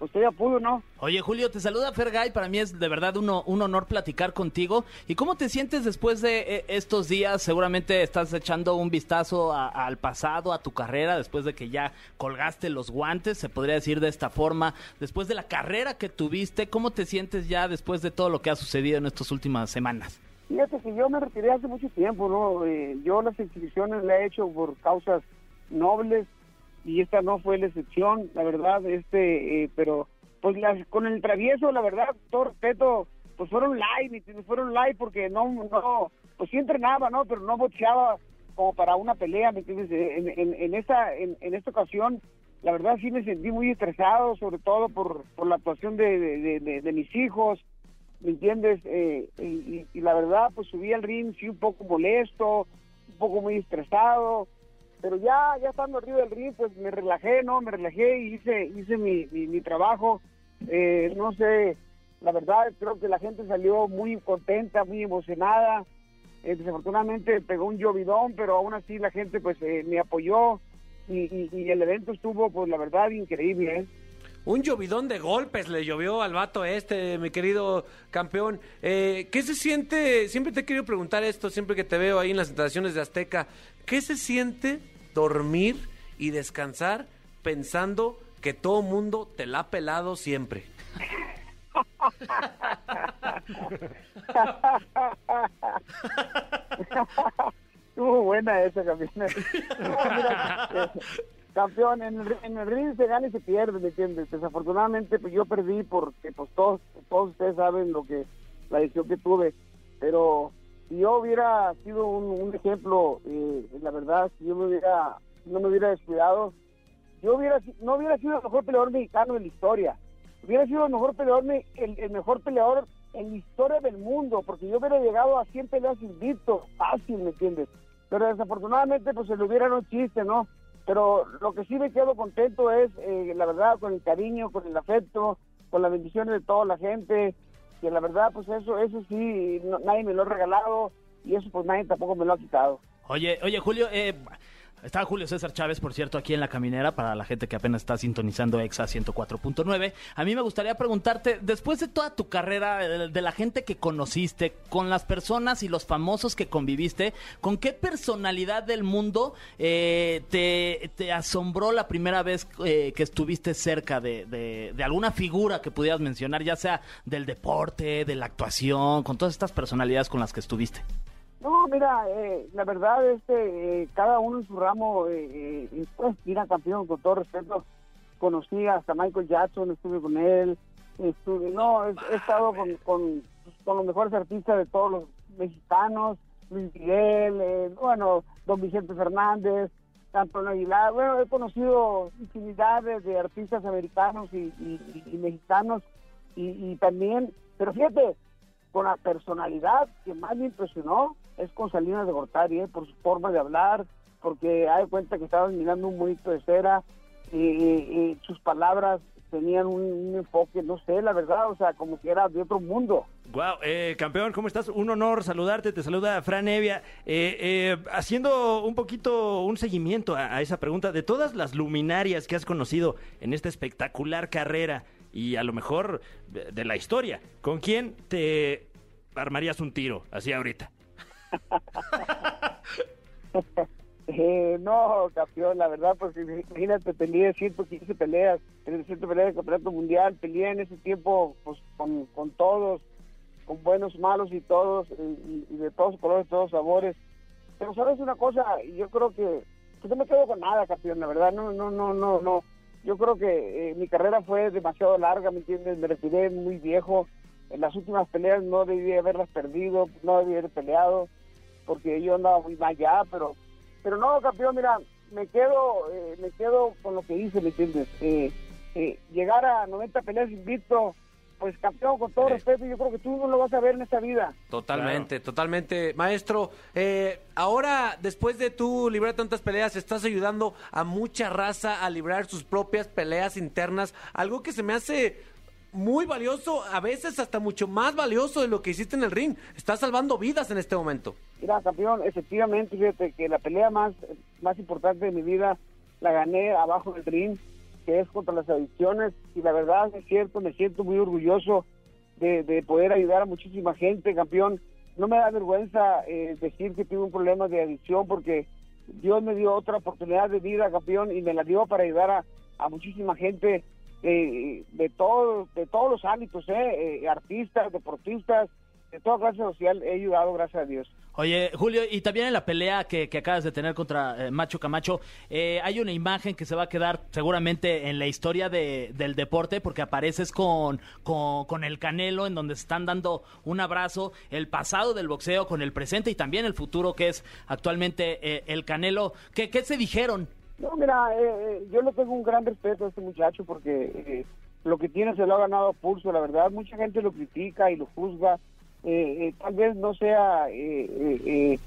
pues todavía pudo, ¿no? Oye, Julio, te saluda Fergay. Para mí es de verdad uno- un honor platicar contigo. ¿Y cómo te sientes después de eh, estos días? Seguramente estás echando un vistazo a- al pasado, a tu carrera, después de que ya colgaste los guantes, se podría decir de esta forma. Después de la carrera que tuviste, ¿cómo te sientes ya después de todo lo que ha sucedido en estas últimas semanas? Fíjate que yo me retiré hace mucho tiempo, ¿no? Eh, yo las inscripciones las he hecho por causas nobles y esta no fue la excepción, la verdad, este, eh, pero pues las, con el travieso, la verdad, todo respeto, pues fueron live, ¿me entiendes? fueron live porque no, no, pues sí entrenaba, ¿no? Pero no boxeaba como para una pelea, ¿me entiendes? Eh, En, en, en esta, en, en esta ocasión, la verdad sí me sentí muy estresado, sobre todo por, por la actuación de- de- de- de- de mis hijos, ¿me entiendes? Eh, y, y- y la verdad, pues subí al ring, sí, un poco molesto, un poco muy estresado, pero ya, ya estando arriba del ring, pues me relajé, ¿no? Me relajé y hice, hice mi, mi, mi trabajo. Eh, no sé, la verdad, creo que la gente salió muy contenta, muy emocionada. Eh, desafortunadamente pegó un llovidón, pero aún así la gente, pues, eh, me apoyó. Y, y- y el evento estuvo, pues, la verdad, increíble, ¿eh? Un llovidón de golpes le llovió al vato este, mi querido campeón. Eh, ¿Qué se siente? Siempre te he querido preguntar esto, siempre que te veo ahí en las instalaciones de Azteca. ¿Qué se siente dormir y descansar pensando que todo mundo te la ha pelado siempre? Estuvo buena esa, campeón. No, mira, eh, campeón, en el, ri- en el ring se gana y se pierde, ¿me entiendes? Desafortunadamente, pues yo perdí porque pues todos, todos ustedes saben lo que, la decisión que tuve. Pero si yo hubiera sido un, un ejemplo, eh, la verdad, si yo me hubiera, no me hubiera descuidado, yo hubiera, si- no hubiera sido el mejor peleador mexicano en la historia. Hubiera sido el mejor peleador, me- el, el mejor peleador en la historia del mundo, porque yo hubiera llegado a 100 peleas invicto, fácil, ¿me entiendes? Pero desafortunadamente, pues se le hubiera un chiste, ¿no? Pero lo que sí me quedo contento es, eh, la verdad, con el cariño, con el afecto, con las bendiciones de toda la gente, que la verdad, pues eso, eso sí, no- nadie me lo ha regalado y eso pues nadie tampoco me lo ha quitado. Oye, oye, Julio, eh, estaba Julio César Chávez, por cierto, aquí en la caminera, para la gente que apenas está sintonizando EXA 104.9. A mí me gustaría preguntarte, después de toda tu carrera, eh, de, de la gente que conociste, con las personas y los famosos que conviviste, ¿con qué personalidad del mundo eh, te, te asombró la primera vez eh, que estuviste cerca de, de- de alguna figura que pudieras mencionar, ya sea del deporte, de la actuación, con todas estas personalidades con las que estuviste? No, mira, eh, la verdad, este, eh, cada uno en su ramo, eh, eh, pues, mira, campeón, con todo respeto, conocí hasta Michael Jackson, estuve con él, estuve, no, he, he estado con, con, con los mejores artistas de todos los mexicanos, Luis Miguel, eh, bueno, Don Vicente Fernández, Antonio Aguilar, bueno, he conocido infinidad de, de artistas americanos y, y- y- y mexicanos, y, y también, pero fíjate, con la personalidad que más me impresionó es con Salinas de Gortari, ¿eh? por su forma de hablar, porque hay cuenta que estaban mirando un monito de cera y, y- y sus palabras tenían un, un enfoque, no sé, la verdad, o sea, como que era de otro mundo. Wow, eh, campeón, ¿cómo estás? Un honor saludarte, te saluda Fran Evia. Eh, eh, haciendo un poquito un seguimiento a, a esa pregunta, de todas las luminarias que has conocido en esta espectacular carrera y a lo mejor de, de la historia, ¿con quién te armarías un tiro así ahorita? Eh, no, campeón, la verdad, pues imagínate, peleé 115 peleas, 300 peleas de campeonato mundial, peleé en ese tiempo pues, con, con todos, con buenos, malos y todos, y, y- y de todos colores, todos sabores. Pero sabes una cosa, yo creo que pues, no me quedo con nada, campeón, la verdad, no, no, no, no, no. Yo creo que eh, mi carrera fue demasiado larga, ¿me entiendes? Me retiré muy viejo. En las últimas peleas no debí haberlas perdido, no debí haber peleado, porque yo andaba muy mal ya, pero pero no campeón mira me quedo eh, me quedo con lo que hice me entiendes Eh, eh, llegar a 90 peleas invicto pues campeón con todo respeto yo creo que tú no lo vas a ver en esta vida Totalmente, totalmente. Maestro, eh, ahora después de tú librar tantas peleas, estás ayudando a mucha raza a librar sus propias peleas internas, algo que se me hace muy valioso, a veces hasta mucho más valioso de lo que hiciste en el ring. Estás salvando vidas en este momento. Mira, campeón, efectivamente, fíjate que la pelea más, más importante de mi vida la gané abajo del ring, que es contra las adicciones. Y la verdad, es cierto, me siento muy orgulloso de, de poder ayudar a muchísima gente, campeón. No me da vergüenza eh, decir que tuve un problema de adicción porque Dios me dio otra oportunidad de vida, campeón, y me la dio para ayudar a, a muchísima gente eh, de, todo, de todos los ámbitos, eh, eh, artistas, deportistas, de toda clase social, he ayudado, gracias a Dios. Oye, Julio, y también en la pelea que, que acabas de tener contra eh, Macho Camacho, eh, hay una imagen que se va a quedar seguramente en la historia de- del deporte, porque apareces con, con, con el Canelo, en donde se están dando un abrazo, el pasado del boxeo con el presente y también el futuro, que es actualmente eh, el Canelo. ¿Qué, qué se dijeron? No, mira, eh, eh, yo le tengo un gran respeto a este muchacho porque eh, lo que tiene se lo ha ganado a pulso, la verdad. Mucha gente lo critica y lo juzga. Eh, eh, tal vez no sea eh, eh, eh,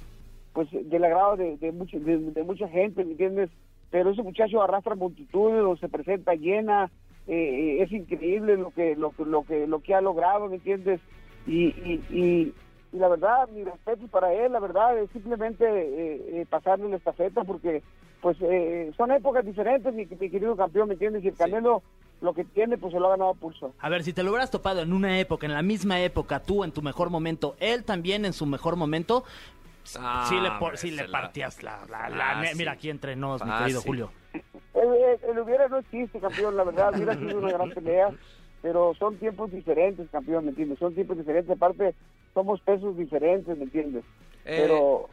pues del agrado de, de, mucho- de- de mucha gente, ¿me entiendes? Pero ese muchacho arrastra multitudes, o se presenta llena. eh, eh, es increíble lo que, lo, que- lo, que, lo que ha logrado, ¿me entiendes? Y, y, y- y la verdad, mi respeto para él, la verdad, es simplemente eh, eh, pasarle la estafeta porque pues eh, son épocas diferentes, mi, mi querido campeón, ¿me entiendes? Y el Canelo lo que tiene, pues se lo ha ganado a pulso. A ver, si te lo hubieras topado en una época, en la misma época, tú en tu mejor momento, él también en su mejor momento, s- Ah, sí le, por- hombre, sí le se la- Ah, partías la... la- la- Fácil. mira, aquí entre nos, mi querido Fácil. Julio. El, el- el hubiera no existe, campeón, la verdad, hubiera sido una gran pelea, pero son tiempos diferentes, campeón, ¿me entiendes? Son tiempos diferentes, aparte somos pesos diferentes, ¿me entiendes? Eh. Pero,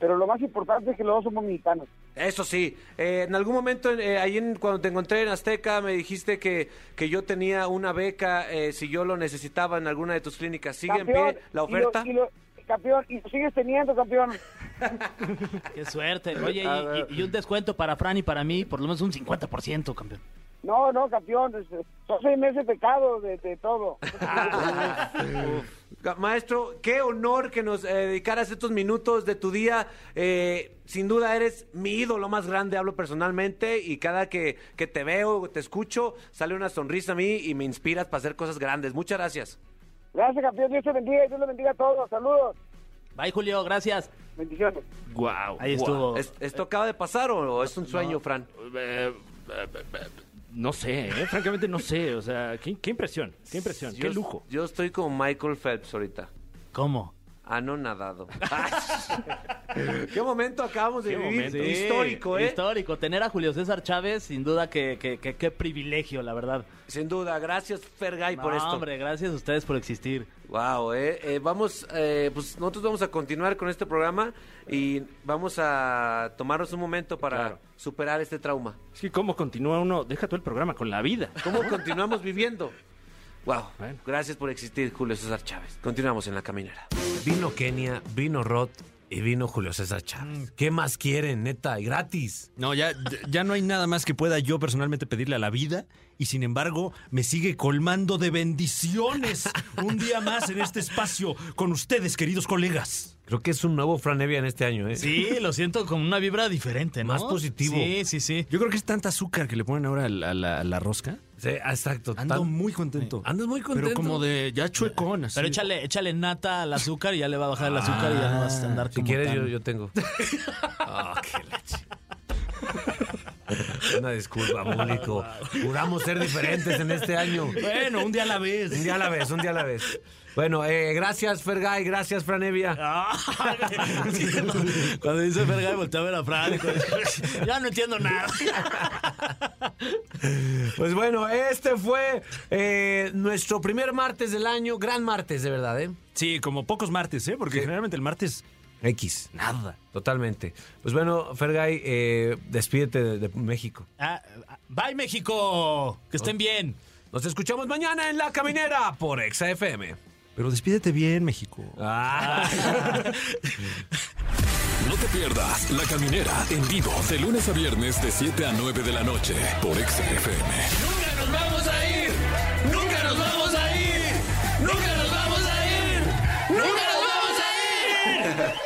pero lo más importante es que los dos somos mexicanos. Eso sí, eh, en algún momento eh, ahí en- cuando te encontré en Azteca me dijiste que, que yo tenía una beca eh, si yo lo necesitaba en alguna de tus clínicas. ¿Sigue en pie Campeón, la y lo- oferta? y lo- campeón, y lo sigues teniendo, campeón. Qué suerte. Oye, A y- y, y un descuento para Fran y para mí, por lo menos un 50%, campeón. No, no, campeón, es- son seis meses de pecado de, de todo. Ga- Maestro, qué honor que nos eh, dedicaras estos minutos de tu día. Eh, sin duda eres mi ídolo más grande, hablo personalmente, y cada que, que te veo, te escucho, sale una sonrisa a mí y me inspiras para hacer cosas grandes. Muchas gracias. Gracias, campeón. Dios te bendiga y Dios le bendiga a todos. Saludos. Bye, Julio. Gracias. Bendiciones. Wow. Ahí estuvo. ¿Esto acaba de pasar o, o es un sueño, Fran? No sé, ¿eh? francamente no sé. O sea, qué, qué impresión, qué impresión, Yo- qué lujo. Yo estoy con Michael Phelps ahorita. ¿Cómo? Anonadado. Qué momento acabamos de Qué vivir. momento. Histórico, ¿eh? Histórico. Tener a Julio César Chávez, sin duda, que, que- que- qué privilegio, la verdad. Sin duda. Gracias, Fergay, No, por esto. hombre, gracias a ustedes por existir. Wow, eh, Eh, vamos, eh, pues nosotros vamos a continuar con este programa y vamos a tomarnos un momento para superar este trauma. Es que cómo continúa uno, deja tú el programa con la vida. ¿Cómo continuamos viviendo? Wow, gracias por existir, Julio César Chávez. Continuamos en la caminera. Vino Kenia, vino Roth y vino Julio César Mm. Chávez. ¿Qué más quieren, neta? Gratis. No, ya, ya no hay nada más que pueda yo personalmente pedirle a la vida y sin embargo me sigue colmando de bendiciones un día más en este espacio con ustedes, queridos colegas. Creo que es un nuevo Fran Evia en este año, ¿eh? Sí, lo siento con una vibra diferente, ¿no? Más positivo. Sí, sí, sí. Yo creo que es tanta azúcar que le ponen ahora a la, a la- a la rosca. Sí, exacto. Ando tan- muy contento. Andas muy contento. Pero como de ya chuecón. así. Pero échale, échale nata al azúcar y ya le va a bajar el azúcar y ya no vas a andar Si como quieres, tan- yo, yo tengo. Ah, qué leche. Una disculpa, público. Juramos ser diferentes en este año. Bueno, un día a la vez. Un día a la vez, un día a la vez. Bueno, eh, gracias, Fergay. Gracias, Franevia. Ah, Cuando dice verga, voltea a ver a Fran. y cuando- Ya no entiendo nada. Pues bueno, este fue eh, nuestro primer martes del año. Gran martes, de verdad, ¿eh? Sí, como pocos martes, ¿eh? Porque generalmente el martes X. nada. Totalmente. Pues bueno, Fergay, eh, despídete de, de México. Ah, ah, bye, México. Que estén bien. Nos escuchamos mañana en La Caminera por Exa FM. Pero despídete bien, México. No te pierdas La Caminera en vivo de lunes a viernes de 7 a 9 de la noche por XFM. Nunca nos vamos a ir. Nunca nos vamos a ir. Nunca nos vamos a ir. Nunca nos vamos a ir.